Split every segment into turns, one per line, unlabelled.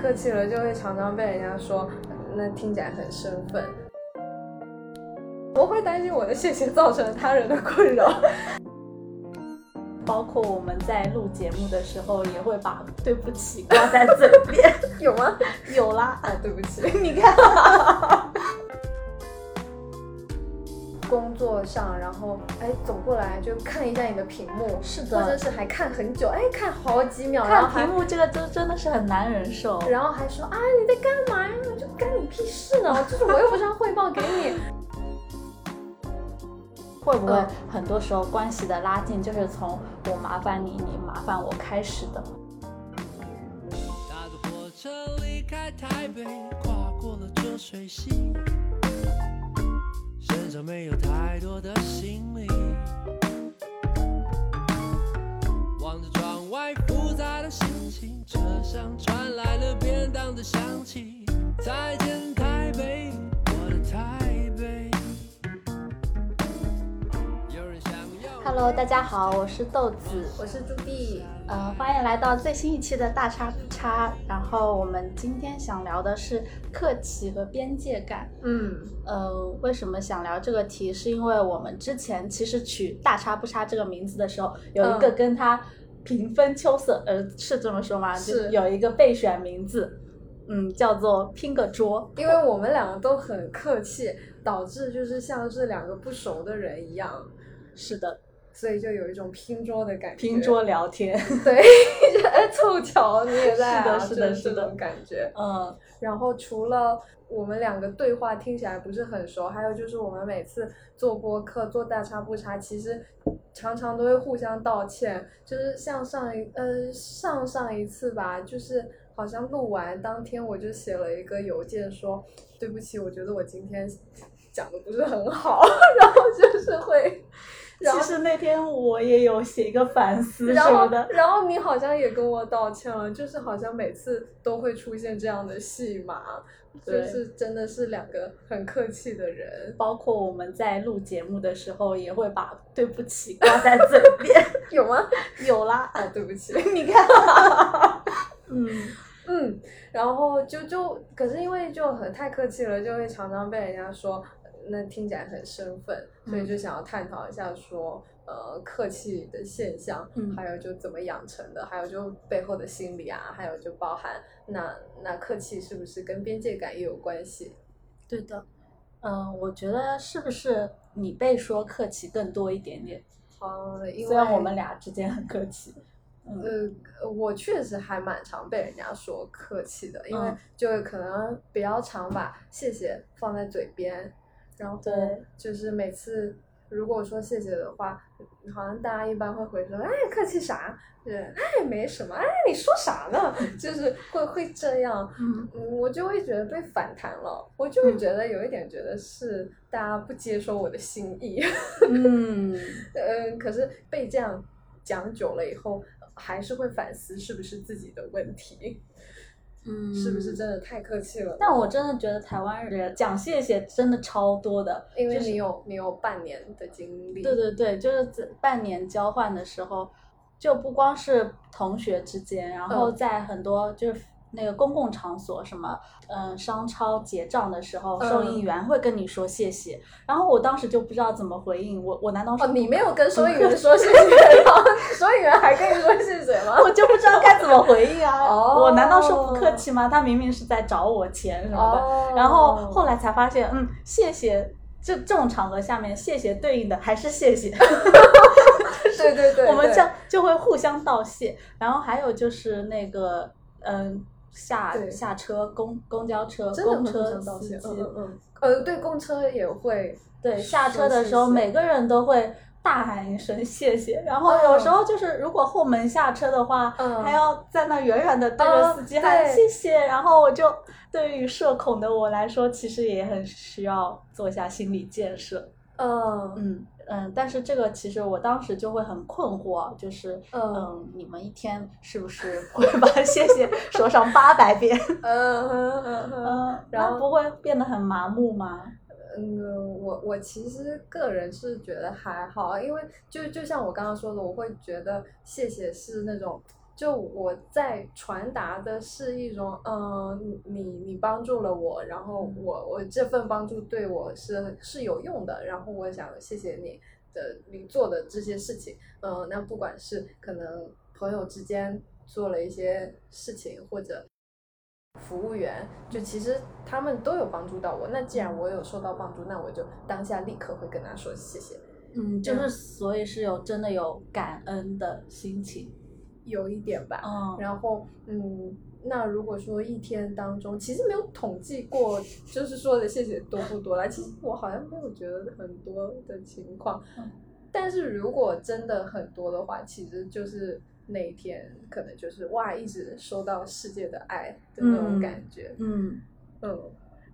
客气了，就会常常被人家说，那听起来很生分。我会担心我的谢谢造成了他人的困扰。
包括我们在录节目的时候，也会把对不起挂在嘴边。
有吗？
有啦，
啊，对不起。
你看，
工作上，然后哎走过来就看一下你的屏幕，
是
或者
的，
是还看很久，哎看好几秒，然后
看
还
屏幕这个真真的是很难忍受。
然后还说啊你在干嘛呀？我就干你屁事 呢？就是我又不是要汇报给你。
会不会
嗯
很多时候关系的拉近，就是从我麻烦你，你麻烦我开始的？
搭着火车离开台北，跨过了浊水溪，身上没有太多的行李。望着窗外复杂的心情，车厢传来了便当的香气。再见台北，我的台北。有人想要。
Hello，大家好，我是豆子，
我是朱棣，
呃，欢迎来到最新一期的大差不差。然后我们今天想聊的是客气和边界感。
嗯，
呃，为什么想聊这个题？是因为我们之前其实取“大差不差”这个名字的时候，有一个
嗯
跟它平分秋色，呃，是这么说吗？就是有一个备选名字，嗯，叫做“拼个桌
因为我们两个都很客气，导致就是像是两个不熟的人一样，”。
是的，
所以就有一种拼桌的感觉。
拼桌聊天。
对， 就哎凑巧你也在啊，
是的
就是
的是
这
的
种感觉。
嗯，
然后除了我们两个对话听起来不是很熟，还有就是我们每次做播客做大差不差，其实常常都会互相道歉，就是像上一呃上上一次吧，就是。好像录完当天我就写了一个邮件说，对不起，我觉得我今天讲的不是很好，然后就是会，然后
其实那天我也有写一个反思
然
什么
后
的，，
然后你好像也跟我道歉了，就是好像每次都会出现这样的戏码，就
对
是真的是两个很客气的人，
包括我们在录节目的时候，也会把“对不起”挂在嘴 边。
有吗？
有啦，
啊，对不起，
你看，嗯。
嗯，然后就就，可是因为就很太客气了，就会常常被人家说，那听起来很生分，所
嗯
以就想要探讨一下说。呃，客气的现象，
嗯
还有就怎么养成的，还有就背后的心理啊，还有就包含那那客气是不是跟边界感也有关系？
对的，嗯，我觉得是不是你被说客气更多一点点？
呃，因
虽
为
然我们俩之间很客气，嗯
呃， 我确实还蛮常被人家说客气的，因为
嗯
就可能比较常把谢谢放在嘴边，然后
对
就是每次如果说谢谢的话，好像大家一般会回说，哎，客气啥？对，哎，没什么，哎，你说啥呢？ 就是会会这样，
嗯，
嗯，我就会觉得被反弹了，我就会觉得有一点觉得是大家不接收我的心意。
嗯，
嗯，可是被这样讲久了以后，还是会反思是不是自己的问题，
嗯，
是不是？真的太客气了？
但我真的觉得台湾人讲谢谢真的超多的，
因为
就是
你有你有半年的经历，
对对对，就是在半年交换的时候，就不光是同学之间，然后
嗯
在很多就是那个公共场所，什么嗯商超结账的时候，收
嗯
银员会跟你说谢谢，然后我当时就不知道怎么回应，我我难道说
哦，你没有跟收银员说谢谢，然后收银员还跟你说谢谢吗？
我就不知道该怎么回应啊！
哦
我难道说不客气吗？他明明是在找我钱什么的，
哦
然后后来才发现，嗯，谢谢。这这种场合下面，谢谢对应的还是谢谢，
对对对，
我们
对
这样就会互相道谢。然后还有就是那个，嗯，下
对
下车公公交车、
真的
公
会互
车
相道
司
谢，
机，
嗯嗯嗯，呃，对，公车也会，
对，下车的时
说
候
谢谢
每个人都会大喊一声谢谢，然后
嗯
有时候就是如果后门下车的话，
嗯
还要在那远远的对
啊
着司机喊
对
谢谢，然后我就对于社恐的我来说，其实也很需要做一下心理建设。
嗯
嗯嗯，但是这个其实我当时就会很困惑，就是
嗯
你们一天是不是会把 谢谢说上八百遍？
嗯嗯嗯嗯。
嗯，
然后
那不会变得很麻木吗？
嗯，我我其实个人是觉得还好，因为就就像我刚刚说的，我会觉得谢谢是那种就我在传达的是一种，嗯、你你帮助了我，然后我我这份帮助对我是是有用的，然后我想谢谢你的你做的这些事情，嗯、那不管是可能朋友之间做了一些事情，或者服务员，就其实他们都有帮助到我。那既然我有受到帮助，那我就当下立刻会跟他说谢谢。
嗯，就
嗯
是所以是有真的有感恩的心情，
有一点吧。
嗯，
然后，嗯，那如果说一天当中，其实没有统计过，就是说的谢谢多不多啦。其实我好像没有觉得很多的情况，
嗯
但是如果真的很多的话，其实就是那一天可能就是哇，一直收到世界的爱的那种
嗯
感觉。
嗯
嗯，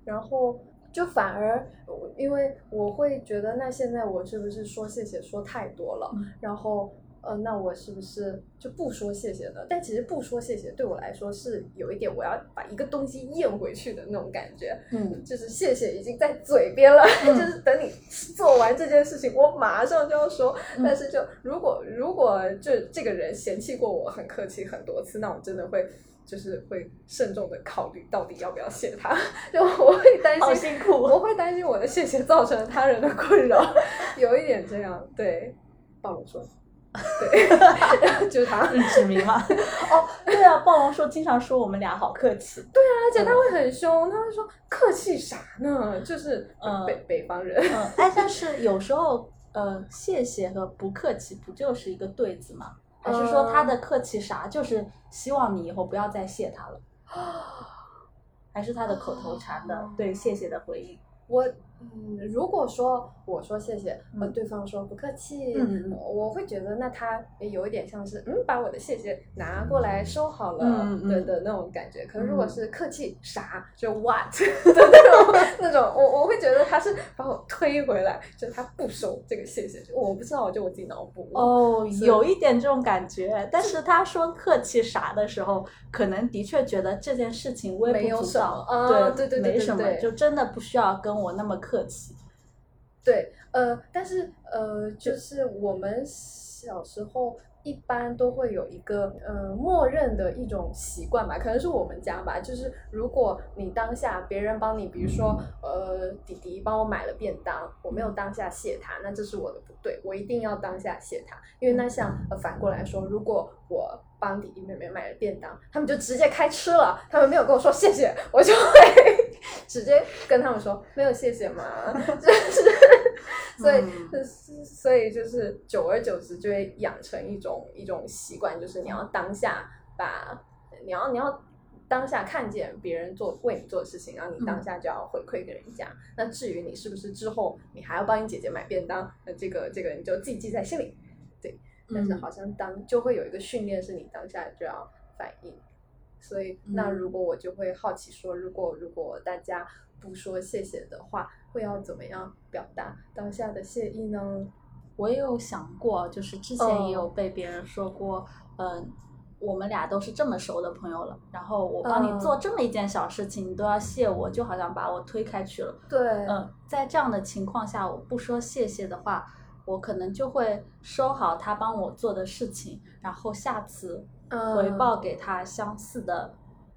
然后就反而，我因为我会觉得，那现在我是不是说谢谢说太多了？
嗯
然后，呃，那我是不是就不说谢谢了？但其实不说谢谢对我来说是有一点，我要把一个东西咽回去的那种感觉，
嗯
就是谢谢已经在嘴边了，
嗯
就是等你做完这件事情，我马上就要说。
嗯
但是就如果如果这这个人嫌弃过我很客气很多次，那我真的会。就是会慎重的考虑到底要不要谢他， 就我会担
好
心，
辛苦
我会担心我的谢谢造成了他人的困扰，有一点这样，对，暴露说，对， 就是他，
嗯，指明嘛。哦，对啊，暴龙说经常说我们俩好客气，
而且他会很凶，他会说客气啥呢？就是呃
嗯
北、北方人，
嗯，哎，但是有时候，呃，谢谢和不客气不就是一个对子吗？还是说他的客气啥，就是希望你以后不要再谢他了， 还是他的口头禅的对谢谢的回应？
我嗯，如果说我说谢谢，
嗯
呃，对方说不客气，
嗯嗯
我会觉得那他也有一点像是嗯，把我的谢谢拿过来收好了的、
嗯嗯嗯
的那种感觉。可是
嗯
如果是客气啥，就 what 的那种那种，我我会觉得他是把我推回来，就是他不收这个谢谢，我不知道，就我自己脑补。
哦，
是
有一点这种感觉，但是他说客气啥的时候，可能的确觉得这件事情微
没有
不足
什
道
么，啊对对对
没
对
什么，
对
就真的不需要跟我那么客气。
对，呃，但是呃，就是我们小时候一般都会有一个呃默认的一种习惯吧，可能是我们家吧，就是如果你当下别人帮你，比如说呃弟弟帮我买了便当，我没有当下谢他，那这是我的不对，我一定要当下谢他，因为那像呃反过来说，如果我。帮弟弟妹妹买了便当，他们就直接开吃了，他们没有跟我说谢谢，我就会 直接跟他们说没有谢谢嘛， 就是，所以、呃所以就是久而久之就会养成一种一种习惯，就是你要当下把你要你要当下看见别人做为你做的事情，然后你当下就要回馈给人家。那至于你是不是之后你还要帮你姐姐买便当，那这个这个你就自己记在心里。但是
嗯
好像当就会有一个训练，是你当下就要反应。所以，那
嗯
如果我就会好奇说，如果如果大家不说谢谢的话，会要怎么样表达当下的谢意呢？
我也有想过，就是之前也有
嗯
被别人说过，嗯、我们俩都是这么熟的朋友了，然后我帮你
嗯
做这么一件小事情，你都要谢我，就好像把我推开去了。
对，
嗯、在这样的情况下，我不说谢谢的话，我可能就会收好他帮我做的事情，然后下次
嗯
回报给他相似的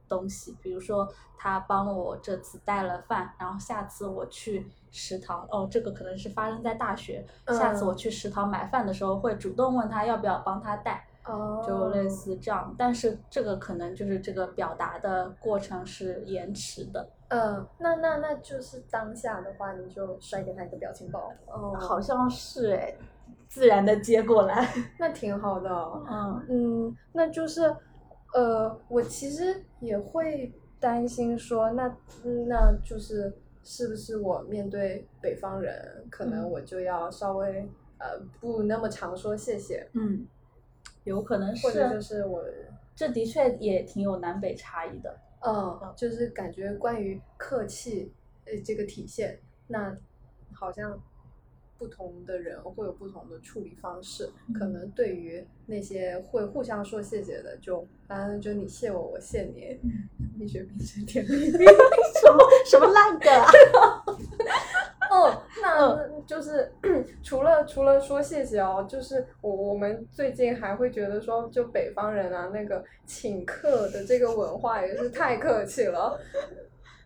东西，比如说他帮我这次带了饭，然后下次我去食堂，哦，这个可能是发生在大学，
嗯
下次我去食堂买饭的时候会主动问他要不要帮他带，
哦，
就类似这样。但是这个可能就是这个表达的过程是延迟的，
嗯，那那那就是当下的话，你就摔给他一个表情包，哦，
好，像是哎，自然的接过来，
那挺好的、 哦
嗯
嗯，那就是，呃，我其实也会担心说，那嗯那就是是不是我面对北方人，可能
嗯
我就要稍微呃不那么常说谢谢，
嗯，有可能是，
或者就是我，
这的确也挺有南北差异的，
嗯，就是感觉关于客气呃这个体现，那好像不同的人会有不同的处理方式，可
嗯
能对于那些会互相说谢谢的，就反正就你谢我，我谢你，蜜雪冰城甜蜜蜜。
什么什么烂梗啊，
哦，那就是 除了除了说说谢谢哦，就是我我们最近还会觉得说，就北方人啊，那个请客的这个文化也是太客气了。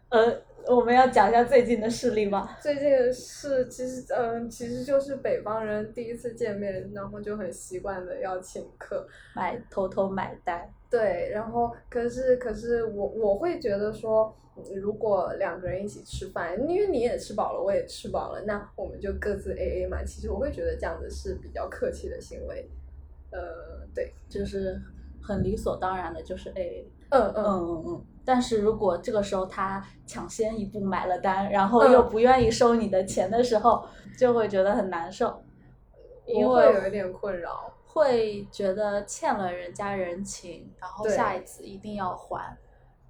呃，我们要讲一下最近的事例吗？
最近是其实嗯，其实就是北方人第一次见面，然后就很习惯的要请客。
买偷偷买单，
对，然后可是可是我我会觉得说，嗯如果两个人一起吃饭，因为你也吃饱了，我也吃饱了，那我们就各自 A A 嘛。其实我会觉得这样子是比较客气的行为。呃，对，
就是很理所当然的，就是 A。
嗯
嗯
嗯，
嗯嗯。但是如果这个时候他抢先一步买了单，然后又不愿意收你的钱的时候，就会觉得很难受，因
我会
为
有一点困扰。
会觉得欠了人家人情，然后
对
下一次一定要还。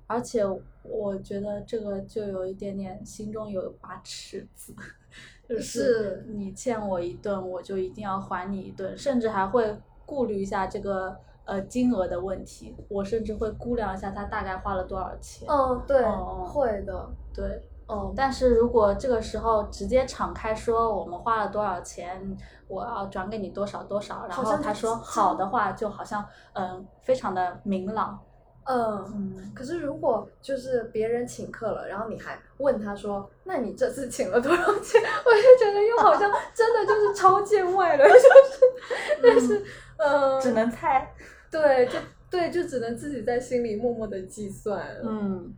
而且我觉得这个就有一点点心中有一把尺子， 就是
是
你欠我一顿，我就一定要还你一顿，甚至还会顾虑一下这个呃金额的问题，我甚至会估量一下他大概花了多少钱。
哦，对，
哦
会的。
对，
哦，
但是如果这个时候直接敞开说我们花了多少钱，我要转给你多少多少，然
好
后
像
他
是
说
这
好
样
的话，就好像嗯非常的明朗，
嗯。
嗯，
可是如果就是别人请客了，然后你还问他说：“那你这次请了多少钱？”我就觉得又好像真的就是超见外了，就是，但是，嗯，
只能猜，
对，就对，就只能自己在心里默默的计算。，
嗯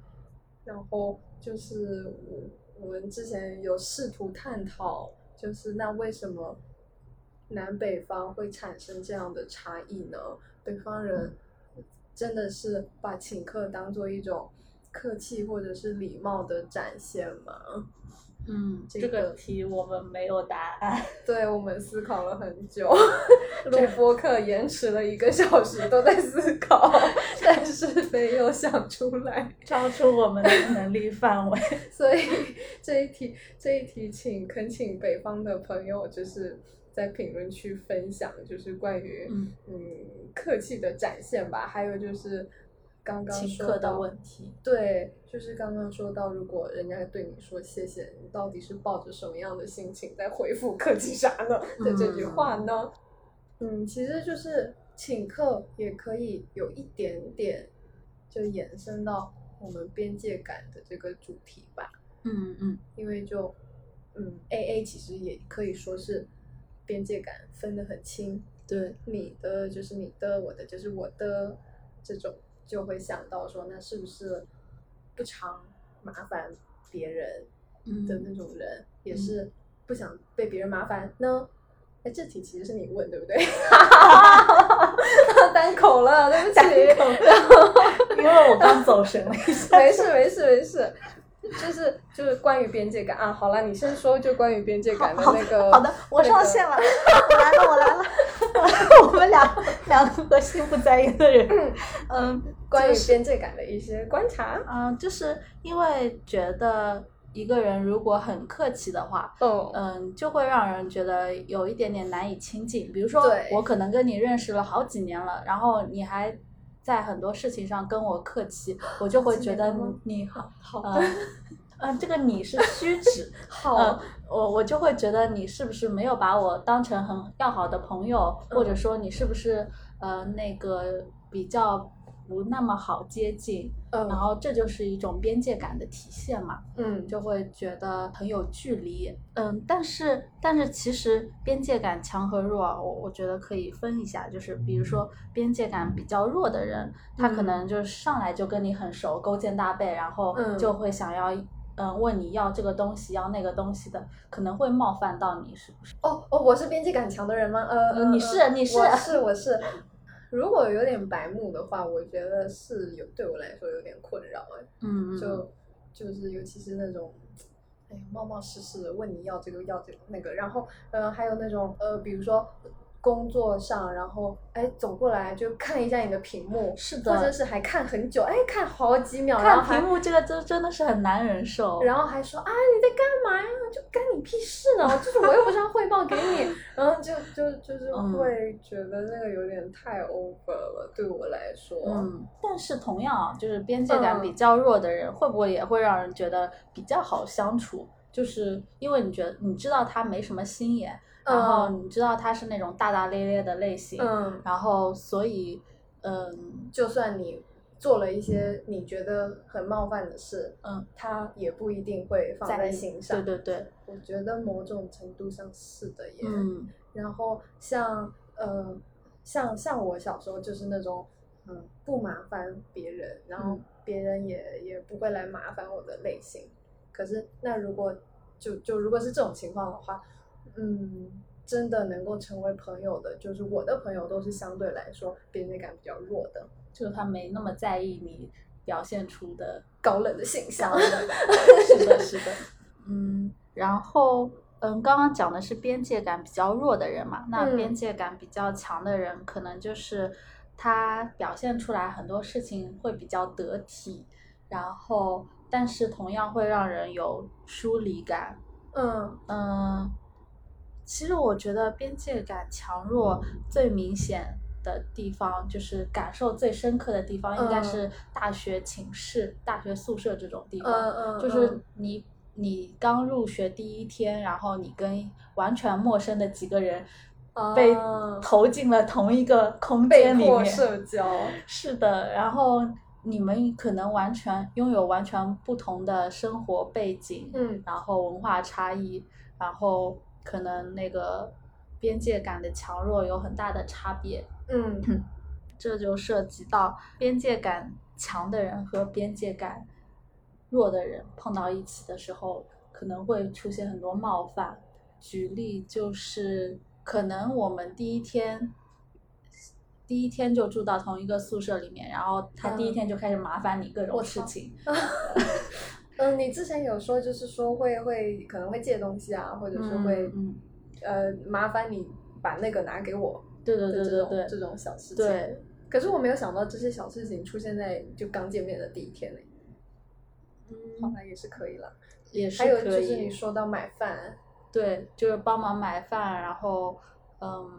然后就是我我们之前有试图探讨，就是那为什么南北方会产生这样的差异呢？北方人真的是把请客当做一种客气或者是礼貌的展现吗？
嗯，
这
这个啊
个
题我们没有答案。
对我们思考了很久， 录播课延迟了一个小时都在思考， 但是没有想出来。
超出我们的能力范围。
所以这一题，这一题请恳请北方的朋友，就是在评论区分享，就是关于
嗯，
嗯客气的展现吧，还有就是刚刚
请
说
客的
到
问题。
对，就是刚刚说到，如果人家对你说谢谢，你到底是抱着什么样的心情在回复客气啥 呢？的这句话呢？嗯，其实就是请客也可以有一点点就延伸到我们边界感的这个主题吧，
嗯嗯
因为就嗯，A A 其实也可以说是边界感分得很清，
对，
你的就是你的，我的就是我的，这种就会想到说，那是不是不常麻烦别人
嗯
的那种人，也是不想被别人麻烦呢？哎，这题其实是你问对不 对？单口了，对不起，
因为我刚走神了一下。
没事没事没事。就是就是关于边界感啊，好了，你先说就关于边界感的那个。
好的，我
那个
上线了，我来了，我来 了。我们俩两个心不在焉的人，嗯，
关于
就是
边界感的一些观察。
嗯，就是因为觉得一个人如果很客气的话，
嗯
嗯，就会让人觉得有一点点难以亲近。比如说
对，
我可能跟你认识了好几年了，然后你还在很多事情上跟我客气，我就会觉得
好几年了吗
你好，
哦好
嗯，嗯，这个你是虚指，嗯
好，，
我我就会觉得你是不是没有把我当成很要好的朋友，
嗯
或者说你是不是呃那个比较不那么好接近，
嗯，
然后这就是一种边界感的体现嘛。
嗯
就会觉得很有距离。嗯，但是但是其实边界感强和弱啊，我我觉得可以分一下，就是比如说边界感比较弱的人，他可
嗯
能就是上来就跟你很熟，勾肩搭背，然后
嗯
就会想要。嗯，问你要这个东西，要那个东西的，可能会冒犯到你，是不是？
哦哦，我是边界感强的人吗？呃，
呃
呃
你是
呃
你是
我是我是。如果有点白目的话，我觉得是有对我来说有点困扰哎、
嗯，嗯
就就是尤其是那种，哎呀冒冒失失的问你要这个要这个那个，然后呃还有那种呃比如说工作上，然后哎走过来就看一下你的屏幕，
是
或者
的，
是还看很久，哎看好几秒，然后
看
还
屏幕这个真真的是很难忍受。
然后还说啊你在干嘛呀？就干你屁事呢！就是我又不是要汇报给 你，然后就就就是
嗯
会觉得那个有点太 over 了，对我来说。
嗯，但是同样啊，就是边界
嗯
感比较弱的人，会不会也会让人觉得比较好相处？就是因为你觉得你知道他没什么心眼，然后你知道他是那种大大咧咧的类型，
嗯，
然后所以嗯
就算你做了一些你觉得很冒犯的事，
嗯，
他也不一定会放
在
在
意
心上。
对对对，
我觉得某种程度上是的耶。
嗯
然后像呃，像像我小时候就是那种，嗯，不麻烦别人，然后
嗯
别人也、也不会来麻烦我的类型。可是那如果就就如果是这种情况的话，嗯，真的能够成为朋友的，就是我的朋友都是相对来说边界感比较弱的，
就是他没那么在意你表现出的
高冷的形象
想。的吧，是的，是的，嗯，然后嗯，刚刚讲的是边界感比较弱的人嘛，那
嗯
边界感比较强的人，可能就是他表现出来很多事情会比较得体，然后但是同样会让人有疏离感，
嗯
嗯，其实我觉得边界感强弱最明显的地方，就是感受最深刻的地方，应该
嗯
是大学寝室、大学宿舍这种地
嗯
方。
嗯，
就是你你刚入学第一天，然后你跟完全陌生的几个人被
啊
投进了同一个空
被
间里
迫
面，
社交。
是的，然后你们可能完全拥有完全不同的生活背景，
嗯
然后文化差异，然后可能那个边界感的强弱有很大的差别，
嗯
这就涉及到边界感强的人和边界感弱的人碰到一起的时候，可能会出现很多冒犯。举例就是，可能我们第一天。第一天就住到同一个宿舍里面，然后他第
嗯
一天就开始麻烦你各种
我
事
操
情，
嗯，你之前有说就是说会会可能会借东西啊，或者是会、
嗯嗯
呃麻烦你把那个拿给我
对对
的
对
这
对
种
对
这种小事情。
对，
可是我没有想到这些小事情出现在就刚见面的第一天呢。好
嗯，
吧，也是可以了。
也是
还有
可
就是
以
你说到买饭，
对，就是帮忙买饭，然后嗯，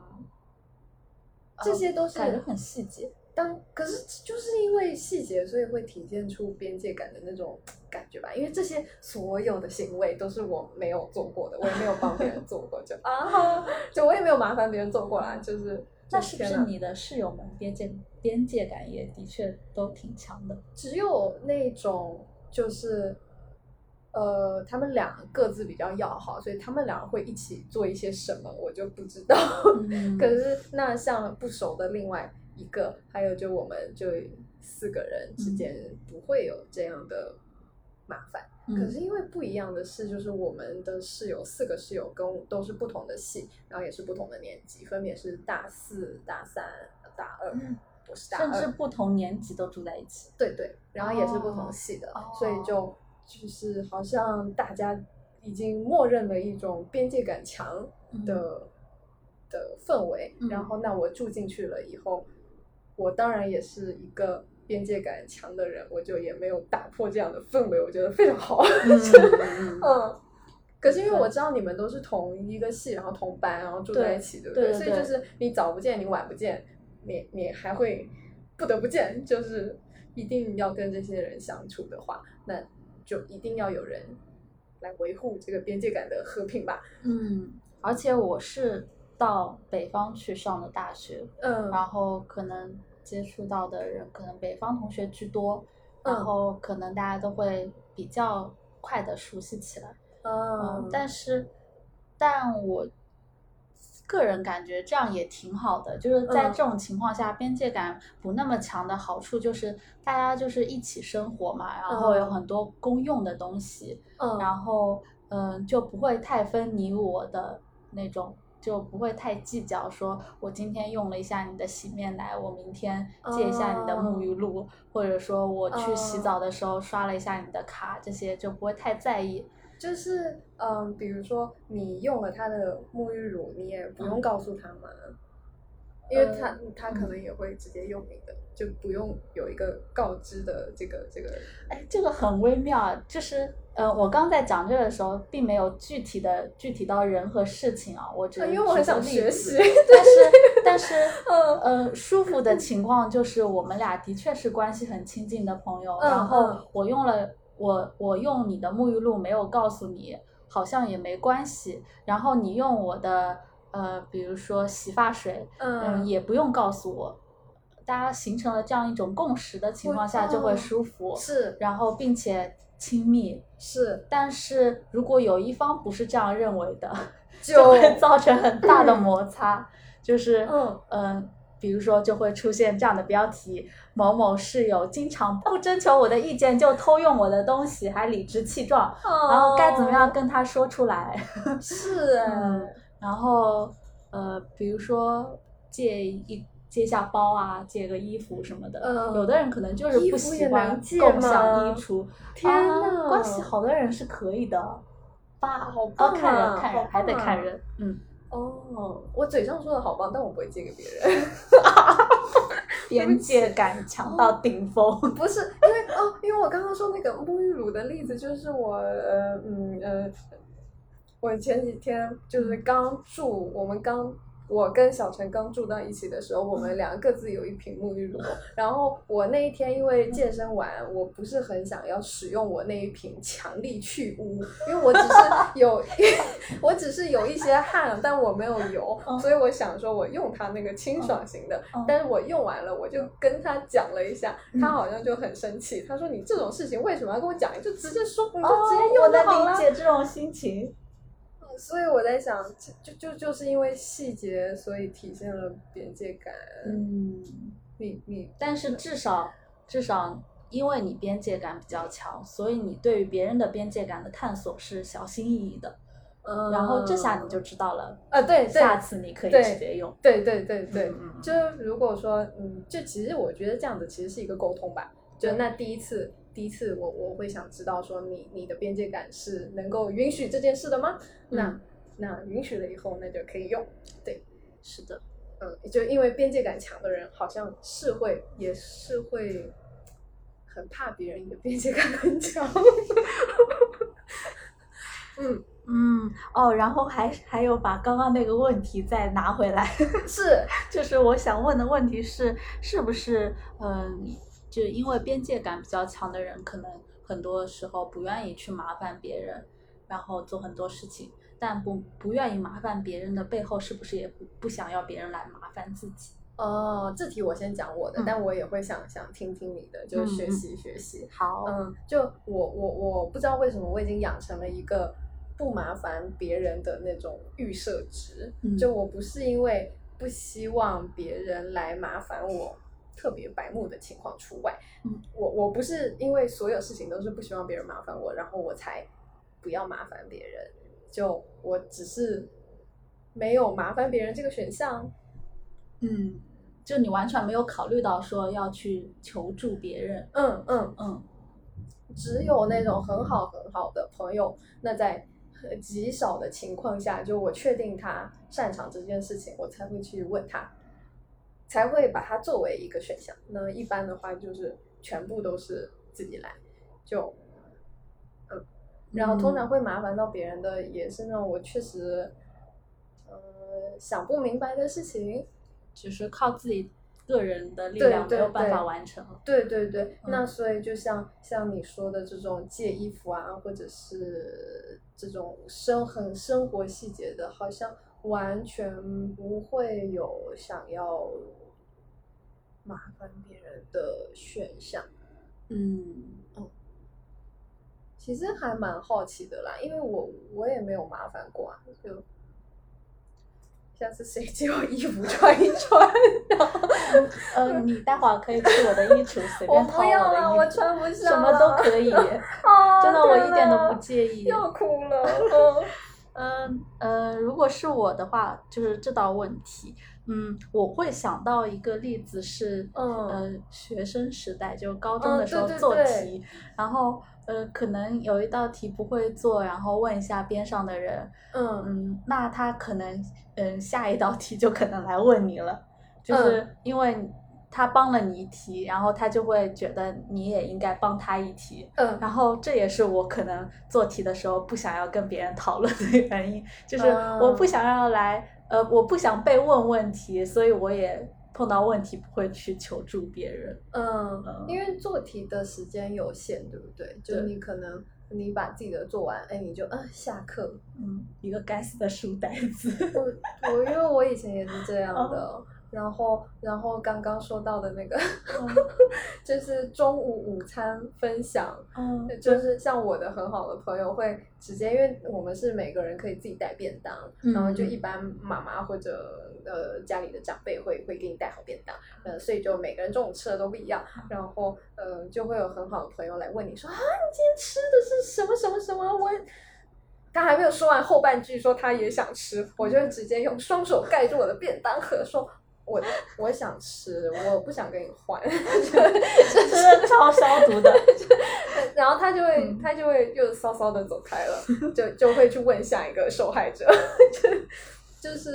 哦
这些都是
感觉很细节，
当可是就是因为细节，所以会体现出边界感的那种感觉吧。因为这些所有的行为都是我没有做过的，我也没有帮别人做过，就啊， 就我也没有麻烦别人做过啦，就是。
那
就是
不
天
是
哪
你的室友们边界边界感也的确都挺强的？
只有那种就是，呃，他们俩各自比较要好，所以他们俩会一起做一些什么，我就不知道。
嗯
可是那像不熟的另外一个，还有就我们就四个人之间不会有这样的麻烦。
嗯
可是因为不一样的是，就是我们的室友四个室友跟我都是不同的系，然后也是不同的年级，分别是大四、大三、大二。
嗯
我是大
甚
二，
至不同年级都住在一起，
对对，然后也是不
哦
同系的，
哦
所以就就是好像大家已经默认了一种边界感强的、的氛围，
嗯
然后那我住进去了以后，我当然也是一个边界感强的人，我就也没有打破这样的氛围，我觉得非常好。
嗯，嗯
嗯，可是因为我知道你们都是同一个系，然后同班，然后住在一起，对不
对对
所
对
以就是你早不见，你晚不见，你你还会不得不见，就是一定要跟这些人相处的话，那就一定要有人来维护这个边界感的和平吧。
嗯，而且我是到北方去上的大学，
嗯
然后可能接触到的人，可能北方同学居多，然
嗯
后可能大家都会比较快的熟悉起来。嗯
嗯，，
但是，但我个人感觉这样也挺好的，就是在
嗯
这种情况下，边界感不那么强的好处就是大家就是一起生活嘛，然后有
嗯
很多公用的东西，
嗯
然后嗯，就不会太分你我的那种，就不会太计较说，我今天用了一下你的洗面奶，我明天借一下你的沐
嗯
浴露，或者说我去洗
哦
澡的时候刷了一下你的卡，这些就不会太在意。
就是嗯，比如说你用了他的沐浴乳，你也不
嗯
用告诉他嘛，因为他、
呃
他可能也会直接用你的，就不用有一个告知的这个这个。
哎，这个很微妙啊，就是呃，我刚在讲这个的时候，并没有具体的具体到人和事情啊，我只
啊
是
因为我很
举
想
个例
学
子
习
但 是但是
嗯
呃，舒服的情况就是我们俩的确是关系很亲近的朋友，
嗯
然后
嗯
我用了我我用你的沐浴露没有告诉你，好像也没关系。然后你用我的呃，比如说洗发水，嗯，
嗯，
也不用告诉我。大家形成了这样一种共识的情况下，就
嗯
会舒服，
是
然后并且亲密。
是，
但是如果有一方不是这样认为的，就
就
会造成很大的摩擦，就是
嗯
嗯，比如说就会出现这样的标题：某某室友经常不征求我的意见就偷用我的东西，还理直气壮，然
然
后该怎么样跟他说出来？
哦是哎，
嗯然后呃，比如说借一。借下包啊，借个衣服什么的，
嗯
有的人可能就是
衣
不
服
喜
也
欢
能借
共享
吗
衣橱。
天
呐，
呐
啊关系好的人是可以的，爸，
好
哦，
棒
看人
啊
看
好
人，还得
棒啊
看人，嗯。
哦，我嘴上说的好棒，但我不会借给别人。
边界感强到顶峰。
不是因为哦，因为我刚刚说那个沐浴乳的例子，就是我呃嗯呃，我前几天就是刚住，我们刚我跟小陈刚住到一起的时候，我们俩各自有一瓶沐浴乳。然后我那一天因为健身完，我不是很想要使用我那一瓶强力去污，因为我只是有， 我只是有一些汗，但我没有油，
嗯
所以我想说我用它那个清爽型的
嗯。
但是我用完了，我就跟他讲了一下，
嗯
他好像就很生气，他说你这种事情为什么要跟我讲？你就直接说，你
哦
就直接，
我
用就好
能
了
理。解这种心情。
所以我在想，就就就就是因为细节，所以体现了边界感。
嗯，
你你
但是至少至少，因为你边界感比较强，所以你对于别人的边界感的探索是小心翼翼的。
嗯，
然后这下你就知道了，
啊，对对
下次你可以
对
直接用。
对对对对，
嗯嗯
就如果说嗯，就其实我觉得这样子其实是一个沟通吧。就
对
那第一次，第一次我我会想知道说你你的边界感是能够允许这件事的吗？那
嗯
那允许了以后，那就可以用。
是的，
嗯，就因为边界感强的人，好像是会也是会很怕别人的边界感很强。嗯，
嗯，哦，然后还还有把刚刚那个问题再拿回来。
是，
就是我想问的问题是，是不是嗯，就因为边界感比较强的人，可能很多时候不愿意去麻烦别人，然后做很多事情，但不不愿意麻烦别人的背后，是不是也不不想要别人来麻烦自己？
哦，这题我先讲我的，
嗯
但我也会想想听听你的，就是学习学习。
好，
嗯，就我我我不知道为什么我已经养成了一个不麻烦别人的那种预设值，
嗯
就我不是因为不希望别人来麻烦我。特别白目的情况除外，
嗯
我我不是因为所有事情都是不希望别人麻烦我，然后我才不要麻烦别人，就我只是没有麻烦别人这个选项，
嗯，就你完全没有考虑到说要去求助别人，
嗯嗯，
嗯
只有那种很好很好的朋友，那在呃极少的情况下，就我确定他擅长这件事情，我才会去问他，才会把它作为一个选项。那一般的话就是全部都是自己来，就嗯，然后通常会麻烦到别人的也是那种我确实呃想不明白的事情，
就是靠自己个人的力
对
量没
对
有办法
对
完成。
对对对，
嗯
那所以就像像你说的这种借衣服啊，或者是这种生很生活细节的，好像完全不会有想要麻烦别人的选项。
嗯。
其实还蛮好奇的啦，因为我我也没有麻烦过啊，就下次谁借我衣服穿一 穿，然后
呃，你待会儿可以去我的衣橱随
我
便掏
不要
的衣
了，
服，
我穿不上，
什么都可以，
啊，
真的我一点都
天
不
哪
介意。
要哭了。嗯
嗯呃，如果是我的话，就是这道问题，嗯，我会想到一个例子是，
嗯
呃，学生时代，就高中
嗯
的时候
对对
做
对
题，然后呃，可能有一道题不会做，然后问一下边上的人，
嗯
嗯，那他可能嗯下一道题就可能来问你了，
嗯
就是因为他帮了你一题，然后他就会觉得你也应该帮他一题。
嗯
然后这也是我可能做题的时候不想要跟别人讨论的原因，就是
嗯
我不想要来，呃，我不想被问问题，所以我也碰到问题不会去求助别人。
嗯
嗯，
因为做题的时间有限，对不对？就
对
你可能你把自己的做完，哎，你就嗯下课。
嗯，一个该死的书呆子。
我我因为我以前也是这样的，然后然后刚刚说到的那个 就是中午午餐分享，
嗯，
就是像我的很好的朋友会直接，因为我们是每个人可以自己带便当，
嗯
然后就一般妈妈或者呃家里的长辈会会给你带好便当，呃，所以就每个人中午吃的都不一样，然后呃就会有很好的朋友来问你说啊，你今天吃的是什么什么什么？我他还没有说完后半句，说他也想吃，我
嗯
就会直接用双手盖住我的便当盒说。我我想吃，我不想跟你换，
真的超消毒的。
然后他就会、
嗯
他就会又骚骚的走开了，就就会去问下一个受害者， 就就是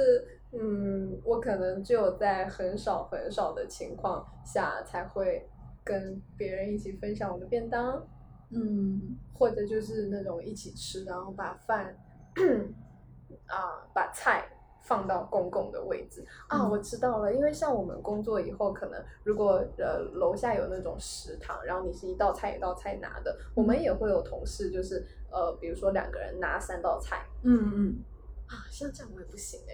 嗯，我可能只有在很少很少的情况下才会跟别人一起分享我的便当，
嗯
或者就是那种一起吃，然后把饭啊把菜。放到公共的位置啊，
嗯
我知道了，因为像我们工作以后，可能如果呃楼下有那种食堂，然后你是一道菜一道菜拿的，我们也会有同事就是呃，比如说两个人拿三道菜
嗯
啊，像这样我也不行哎、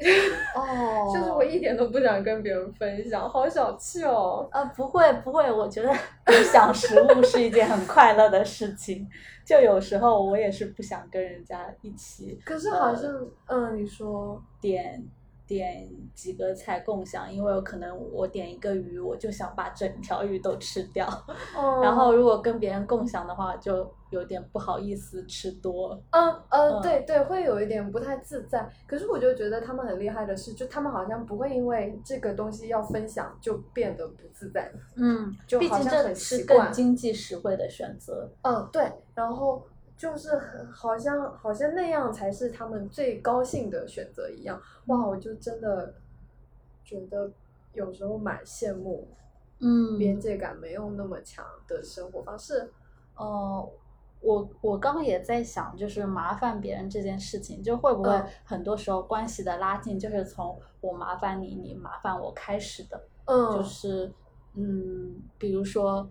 嗯，哦
就是我一点都不想跟别人分享，好小气哦。
呃，不会不会，我觉得分享食物是一件很快乐的事情。就有时候我也是不想跟人家一起
可是好像嗯，你说
点点几个菜共享，因为有可能我点一个鱼，我就想把整条鱼都吃掉。
哦，
然后如果跟别人共享的话，就有点不好意思吃多。
嗯呃，
嗯
对对，会有一点不太自在。可是我就觉得他们很厉害的是，就他们好像不会因为这个东西要分享就变得不自在，
嗯，
就
毕
好
竟
像
这
很
是
习惯
更。经济实惠的选择。
嗯，对，然后就是很好像好像那样才是他们最高兴的选择一样。
嗯
哇，我就真的觉得有时候蛮羡慕
嗯
边界感没有那么强的生活方式。
哦，我我刚刚也在想，就是麻烦别人这件事情，就会不会
嗯
很多时候关系的拉近，就是从我麻烦你，你麻烦我开始的，
嗯，
就是嗯，比如说。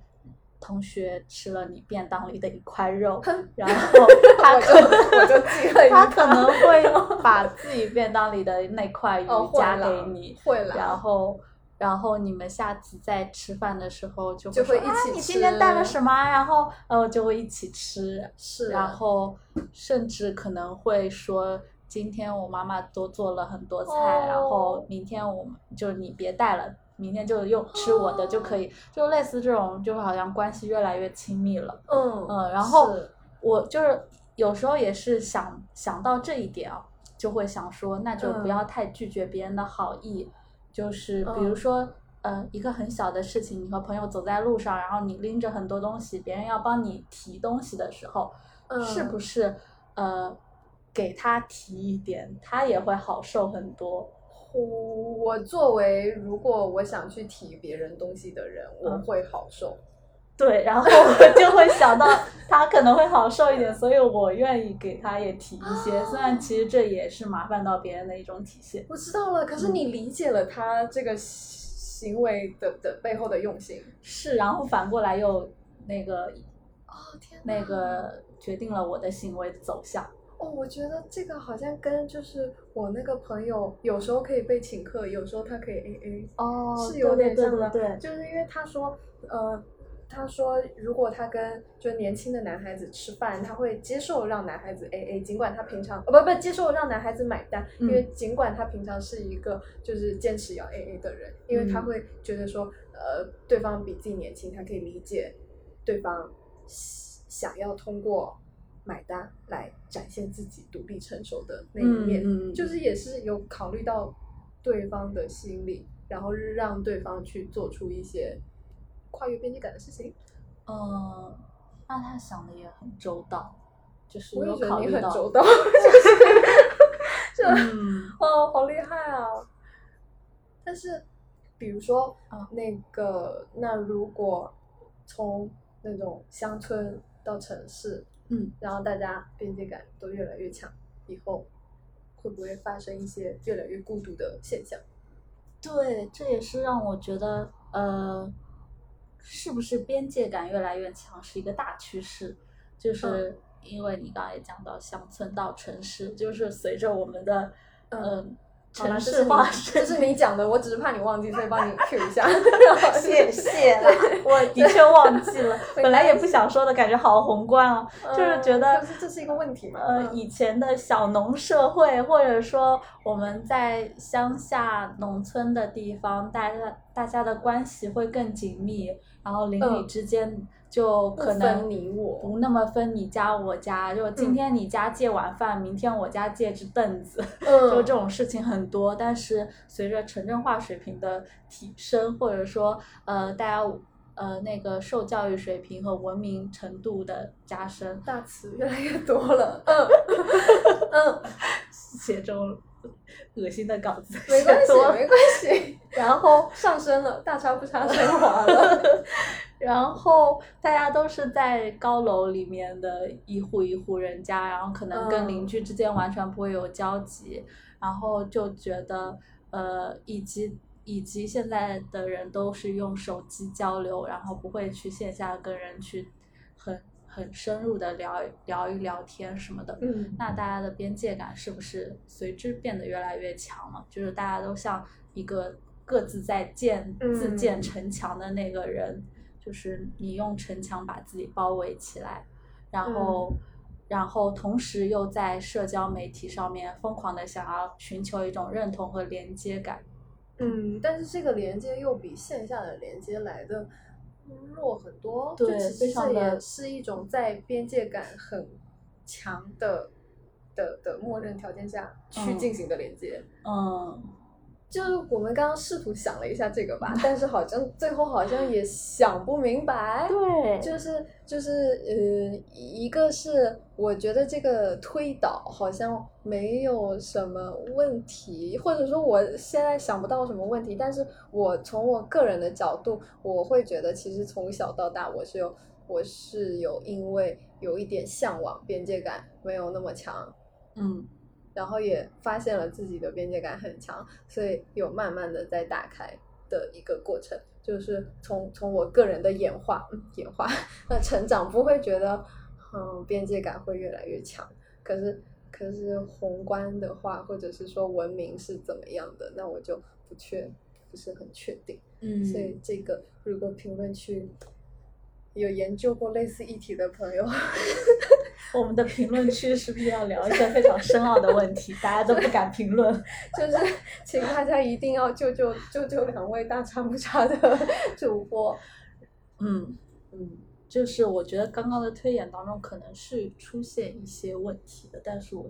同学吃了你便当里的一块肉，然后他
我
可
就我就记恨
他
你
可能会把自己便当里的那块鱼
哦，会
夹
啦
给你，
会啦，
然后，然后你们下次在吃饭的时候就
就
会
会一
说
起
啊、你今天带了
吃
什么啊？然后，呃，就会一起吃，
是
然后甚至可能会说，今天我妈妈多做了很多菜，然
哦
后明天我们就你别带了，明天就用吃我的就可
哦
以，就类似这种，就好像关系越来越亲密了。
嗯
嗯，然后
是
我就是有时候也是想想到这一点啊，就会想说，那就
嗯
不要太拒绝别人的好意，就是比如
嗯
说。呃，一个很小的事情，你和朋友走在路上，然后你拎着很多东西，别人要帮你提东西的时候，
嗯
是不是呃，给他提一点，他也会好受很多。
我作为如果我想去提别人东西的人，我
嗯
会好受。
对，然后我 就会想到他可能会好受一点，所以我愿意给他也提一 些，虽然其实这也是麻烦到别人的一种体现。
我知道了，可是你理解了他这个行为的的背后的用心。
是，然后反过来又那个
哦天哪
那个决定了我的行为走向。
哦，我觉得这个好像跟就是我那个朋友，有时候可以被请客，有时候他可以 A A，、
哦
是有点
对
像
对
的，
对对，
就是因为他说，呃，他说如果他跟就年轻的男孩子吃饭，他会接受让男孩子 A A，尽管他平常呃不不接受让男孩子买单，
嗯
因为尽管他平常是一个就是坚持要 A A 的人，因为他
嗯
会觉得说，呃，对方比自己年轻，他可以理解对方想要通过。买单来展现自己独立成熟的那一面，
嗯嗯嗯
就是也是有考虑到对方的心理，然后让对方去做出一些跨越边界感的事情。
嗯，那他想的也很周到，就是
我也
有
觉得
考
你
虑
很
到。
周到， 就是
嗯，
哦，好厉害啊！但是，比如说、
啊
那个，那如果从那种乡村到城市，
嗯，
然后大家边界感都越来越强，以后会不会发生一些越来越孤独的现象？
对，这也是让我觉得，呃，是不是边界感越来越强是一个大趋势？就是因为你刚才也讲到乡村到城市，就是随着我们的
嗯
嗯
好啦
城市化，
这是你讲的，我只是怕你忘记，所以帮你 Q 一 下。
谢谢啦，我的确忘记了，本来也不想说的感觉好宏观啊，
嗯
就是觉得
但是这是一个问题嘛。
呃，
嗯
以前的小农社会，或者说我们在乡下农村的地方，大家大家的关系会更紧密，然后邻里
嗯
之间就
不
可
分
能
你我，
不那么分你家我家，就今
嗯
天你家借碗饭，明天我家借只凳子，
嗯
就这种事情很多。但是随着城镇化水平的提升，或者说呃大家呃那个受教育水平和文明程度的加深，
大词越来越多了。 嗯嗯，
写这种恶心的稿子，
没关
写
系
多了
没关系，
然后，
上升了，大差不差升华 了。
然后大家都是在高楼里面的一户一户人家，然后可能跟
嗯
邻居之间完全不会有交集，然后就觉得呃，以及以及现在的人都是用手机交流，然后不会去线下跟人去很很深入的聊聊一聊天什么的，
嗯
那大家的边界感是不是随之变得越来越强了？就是大家都像一个各自在建、
嗯
自建城墙的那个人，就是你用城墙把自己包围起来，然后、
嗯
然后同时又在社交媒体上面疯狂的想要寻求一种认同和连接感。
嗯，但是这个连接又比线下的连接来的弱很多，
对
就其
非
实
常
这
地
也是一种在边界感很强的的的默认条件下去
嗯
进行的连接。
嗯，
就是我们刚刚试图想了一下这个吧，但是好像最后好像也想不明白。
对
就是就是呃，一个是我觉得这个推导好像没有什么问题，或者说我现在想不到什么问题，但是我从我个人的角度，我会觉得其实从小到大我是有我是有因为有一点向往边界感没有那么强，
嗯
然后也发现了自己的边界感很强，所以有慢慢的在打开的一个过程，就是从从我个人的演化、嗯演化呃成长，不会觉得嗯边界感会越来越强，可是可是宏观的话，或者是说文明是怎么样的，那我就不确不是很确定。
嗯，
所以这个如果评论区有研究过类似议题的朋友，
我们的评论区是不是要聊一些非常深奥的问题？大家都不敢评论。
就是请大家一定要救救救救两位大差不差的 主播。
嗯。
嗯
就是我觉得刚刚的推演当中可能是出现一些问题的，但是我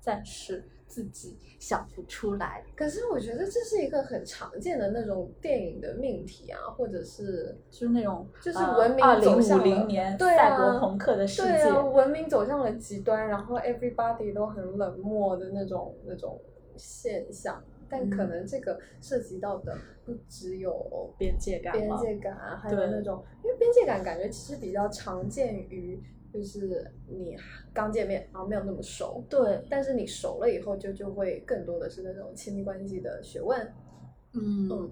暂时自己想不出来。
可是我觉得这是一个很常见的那种电影的命题啊，或者是
就是那种呃
就是文明
二零
走向
五
了
零年
对啊
赛博朋克的世
对
界，
啊，文明走向了极端，然后 everybody 都很冷漠的那种那种现象。但可
嗯
能这个涉及到的不只有
边界感
边
嘛
界感啊，还
对
有那种，因为边界感感觉其实比较常见于就是你刚见面，然后没有那么熟，
对，
但是你熟了以后就，就会更多的是那种亲密关系的学问。
嗯，
嗯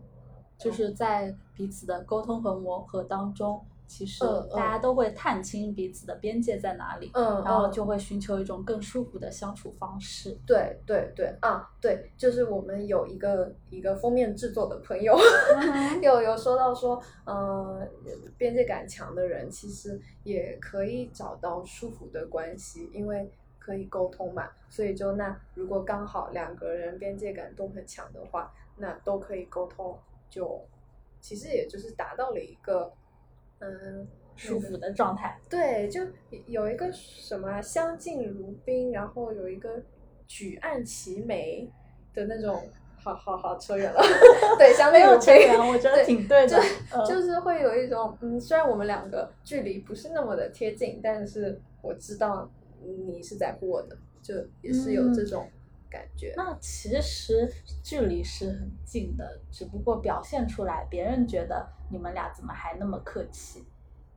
就是在彼此的沟通和磨合当中，其实
嗯嗯
大家都会探清彼此的边界在哪里，
嗯
然后
嗯
就会寻求一种更舒服的相处方式。
对对对啊，对，就是我们有一个一个封面制作的朋友， 有有说到说，呃，边界感强的人其实也可以找到舒服的关系，因为可以沟通嘛。所以就那如果刚好两个人边界感都很强的话，那都可以沟通，就其实也就是达到了一个，嗯，
舒服的状态，
对，就有一个什么啊相敬如宾，然后有一个举案齐眉的那种，好好好，扯远了。 对，相
没
敬
有
如
这
宾，
啊样，我觉得
对
挺对的。嗯
就是会有一种，嗯，虽然我们两个距离不是那么的贴近，但是我知道你是在乎我的，就也是有
嗯
这种感觉。
那其实距离是很近的，只不过表现出来，别人觉得你们俩怎么还那么客气？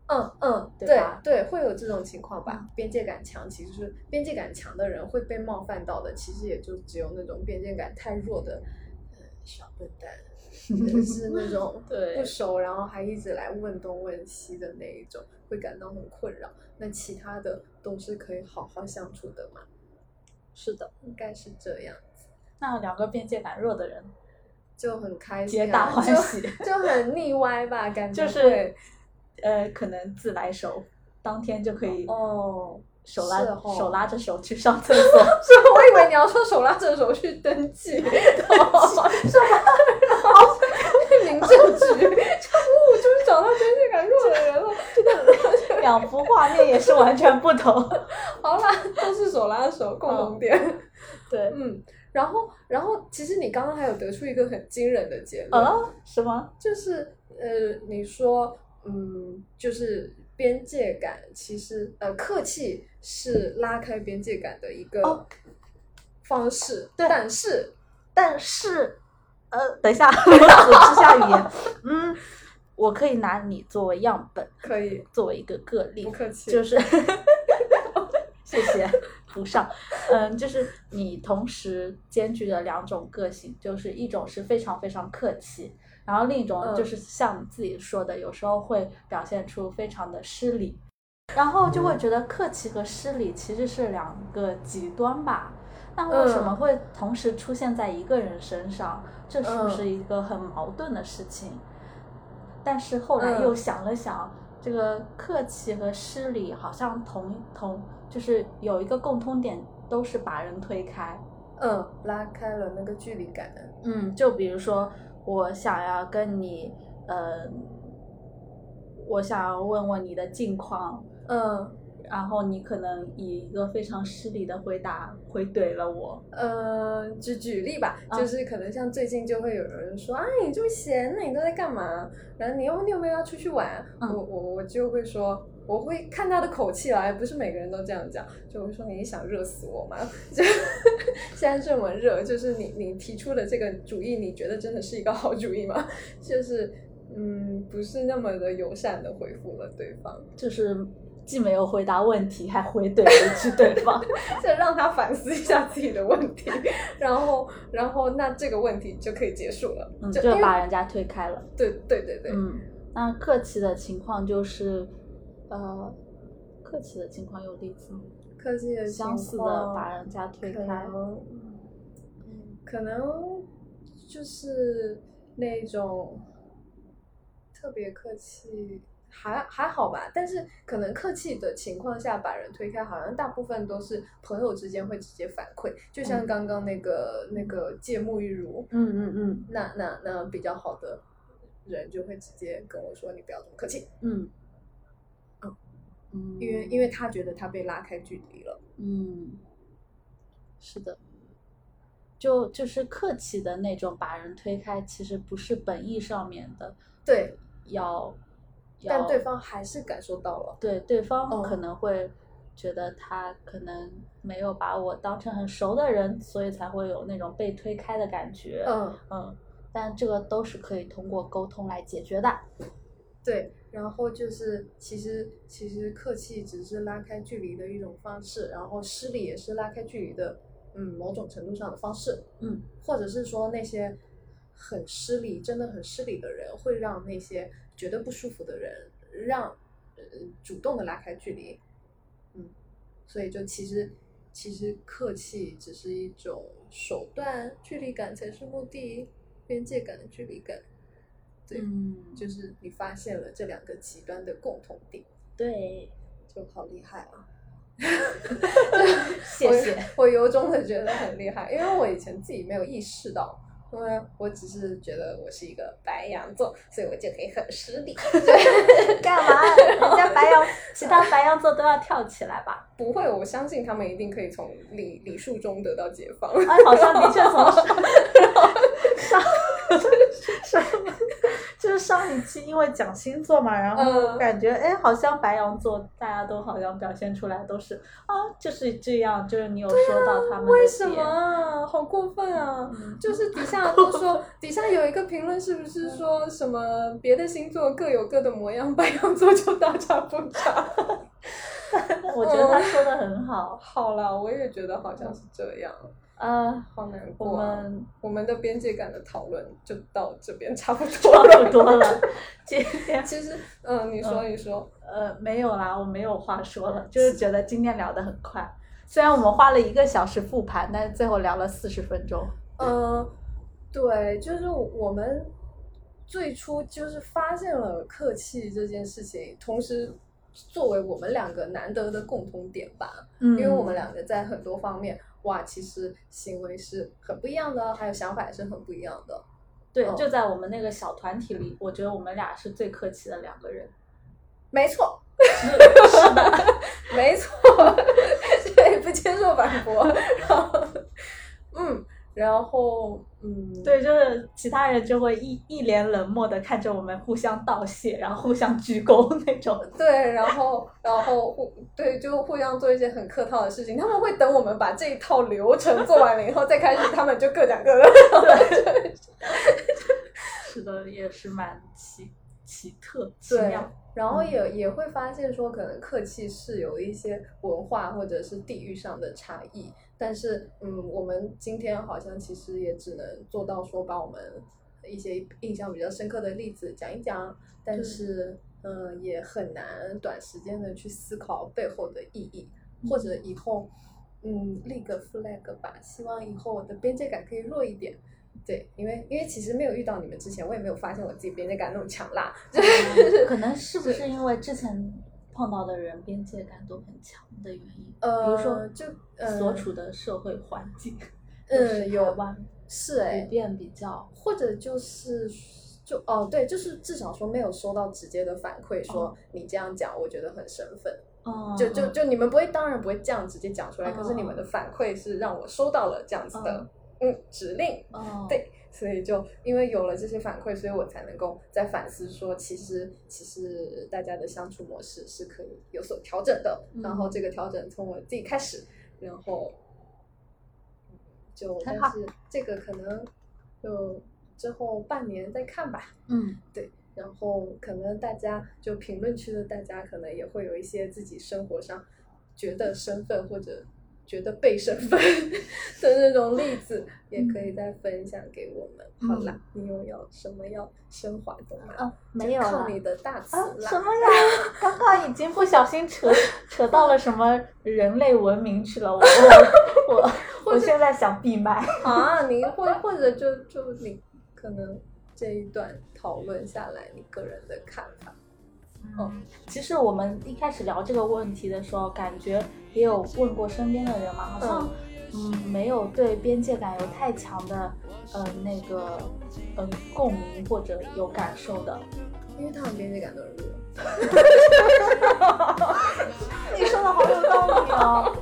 嗯嗯，
对
对
吧嗯
对，会有这种情况吧。边界感强，其实是边界感强的人会被冒犯到的，其实也就只有那种边界感太弱的、呃、小笨蛋。是那 种
对
不熟，然后还一直来问东问西的那一种，会感到很困扰。那其他的都是可以好好相处的嘛，
是的。
应该是这样，
那两个边界感弱的人
就很开心、啊，
皆大欢喜，
就，就很腻歪吧，感觉
就是
会
呃，可能自来熟，当天就可以
哦。
手拉、
是哦
手拉着手去上厕所，
是， 我以为你要说手拉着手去登记，登记是吧？然后去民政局，就我就是找到边界感弱的人了。
两幅画面也是完全不同。
好啦，都是手拉手，共同点。
对，
嗯，然后，然后，其实你刚刚还有得出一个很惊人的结论，
啊，什么？
就是呃，你说，嗯，就是边界感，其实呃，客气是拉开边界感的一个
哦
方式，
对
但是
但是，呃，等一下，我之下语 言，嗯，我可以拿你作为样本，
可以
作为一个个例
不，客气，
就是 谢谢不上，嗯，就是你同时兼具了两种个性，就是一种是非常非常客气，然后另一种
嗯
就是像你自己说的，有时候会表现出非常的失礼，然后就
嗯
会觉得客气和失礼其实是两个极端吧。那为什么
嗯
会同时出现在一个人身上？这是不
嗯
是一个很矛盾的事情？但是后来又
嗯
想了想，这个客气和失礼好像同同就是有一个共通点，都是把人推开。
嗯，拉开了那个距离感的，
嗯，就比如说我想要跟你，呃，我想要问问你的近况，
嗯
然后你可能以一个非常失礼的回答回怼了我。
呃，就举例吧，
啊
就是可能像最近就会有人说啊，你这么闲，那你都在干嘛？然后你又你有没有要出去玩？
嗯
我我我就会说。我会看他的口气啦，不是每个人都这样讲。就我会说你想热死我吗？ 就现在这么热，就是你你提出的这个主意，你觉得真的是一个好主意吗？ 就是嗯，不是那么的友善的回复了对方，
就是既没有回答问题，还回怼了一句对方。
这让他反思一下自己的问题，然后，然后那这个问题就可以结束了。
嗯，
就
就
因为
把人家推开了。
对对对对，
嗯，那客气的情况就是，呃，客气的情况有例子吗？
科技的
相似的把人家推
可
开。
能，可能就是那种特别客气。还还好吧，但是可能客气的情况下把人推开，好像大部分都是朋友之间会直接反馈，就像
嗯
刚刚那个、那个芥末玉如，
嗯嗯嗯
那那那比较好的人就会直接跟我说你不要这么客气，
嗯
嗯
嗯，
因为因为他觉得他被拉开距离了。
嗯，是的。就就是客气的那种，把人推开，其实不是本意上面的
对，
要，要
但对方还是感受到了。
对对方
嗯
可能会觉得他可能没有把我当成很熟的人，所以才会有那种被推开的感觉。
嗯，
嗯，但这个都是可以通过沟通来解决的。
对。然后就是，其实其实客气只是拉开距离的一种方式，然后失礼也是拉开距离的，嗯，某种程度上的方式。
嗯，
或者是说那些很失礼、真的很失礼的人，会让那些觉得不舒服的人，让呃主动的拉开距离。嗯，所以就其实其实客气只是一种手段，距离感才是目的，边界感、距离感。对，
嗯，就
就是你发现了这两个极端的共同点，
对，
就好厉害啊！
谢谢。
我我由衷的觉得很厉害，因为我以前自己没有意识到，因为我只是觉得我是一个白羊座，所以我就可以很失礼。
干嘛？人家 白羊，其他白羊座都要跳起来吧？
不会，我相信他们一定可以从礼礼数中得到解放。
啊，好像的确从 上上上，就是上一期因为讲星座嘛，然后
嗯
感觉哎，好像白羊座大家都好像表现出来都是啊，就是这样，就是你有说到他们的点、
为什么啊？好过分啊！
嗯？
就是底下都说，底下有一个评论，是不是说什么别的星座各有各的模样，白羊座就大差不差？
我觉得他说的很好。
好啦，我也觉得好像是这样。
呃，
好难过、啊。
我们
我们的边界感的讨论就到这边差不多
差
了。
不多了， 今 天
其实，嗯，你说，
嗯
你说，
呃没有啦，我没有话说 了，就是觉得今天聊得很快，虽然我们花了一个小时复盘，但是最后聊了四十分钟。
嗯，对，就是我们最初就是发现了客气这件事情，同时作为我们两个难得的共同点吧，
嗯
因为我们两个在很多方面，哇，其实行为是很不一样的，还有想法也是很不一样的。
对，
嗯
就在我们那个小团体里，我觉得我们俩是最客气的两个人。
没错， 没错，对，不接受反驳。然后，嗯，然后，嗯，，
对，就是其他人就会一一脸冷漠的看着我们互相道谢，然后互相鞠躬那种。
对，然后，然后互对，就互相做一些很客套的事情。他们会等我们把这一套流程做完了以后，再开始，他们就各讲各的。
是的，也是蛮奇奇特奇
对
妙。，
然后也也会发现说，可能客气是有一些文化或者是地域上的差异，但是嗯，我们今天好像其实也只能做到说把我们一些印象比较深刻的例子讲一讲，但
对
是嗯，也很难短时间的去思考背后的意义，或者以后嗯立个 flag 吧，希望以后我的边界感可以弱一点。对，因为因为其实没有遇到你们之前，我也没有发现我自己边界感那么强啦，
嗯 可能是不是因为之前碰到的人边界感都很强的原因？
呃，
比如说
就呃
所处的社会环境，
嗯
就是
有
台湾
是哎、
普遍比较
或者就是就哦对，就是至少说没有收到直接的反馈，说你这样讲我觉得很生分，
哦嗯
就就就你们不会，当然不会这样直接讲出来，
嗯
可是你们的反馈是让我收到了这样子的嗯指令，
嗯
对所以就因为有了这些反馈，所以我才能够再反思说，其实其实大家的相处模式是可以有所调整的。
嗯
然后这个调整从我自己开始，然后嗯就但
很好
是这个可能就之后半年再看吧。
嗯
然后可能大家就评论区的大家可能也会有一些自己生活上觉得身份或者觉得被身 份的那种例子，也可以再分享给我们。
嗯
好啦，你有要什么要升华的吗？
啊没有
靠
了。
你的大词
啊，
啦。
什么呀？ 刚刚已经不小心扯 扯到了什么人类文明去了，我 我我我现在想闭麦。
啊，你或或者就就你可能这一段讨论下来，你个人的看法。
其实我们一开始聊这个问题的时候，感觉也有问过身边的人嘛，好像嗯没有对边界感有太强的呃那个嗯、共鸣或者有感受的。
因为他们边界感都是弱，
你说的好有道理哦！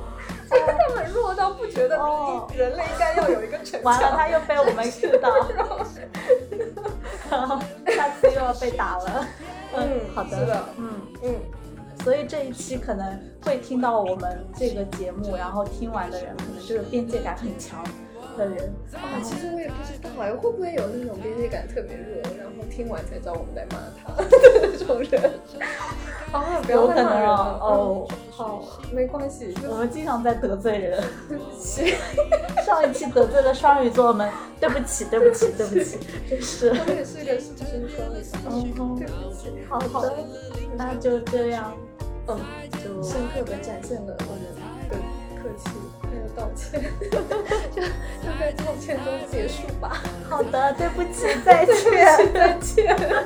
他们弱到不觉得
哦
人类应该要有一个城
完了，
墙。
他又被我们 Q 到， 下次又要被打了。嗯，好的，
是的，
嗯。
嗯。
所以这一期可能会听到我们这个节目，然后听完的人可能就是边界感很强的人。
啊，其实我也不知道哎，会不会有那种边界感特别弱，然后听完才知道我们在骂 他的那种人？啊，不要
有
再
可
骂
能
人
哦
了。，
哦，
好，没关系，就
我们经常在得罪人。
对不起，
上一期得罪了双鱼座们，对不起，对不起，对不 起，真是。
我也是个资深双鱼座，
嗯
对，不起，
好的，那就这样，
嗯，
就
深刻的展现了我们的客气还有道 歉，就就在道歉中结束吧。
好的，对不起，再见。
再见。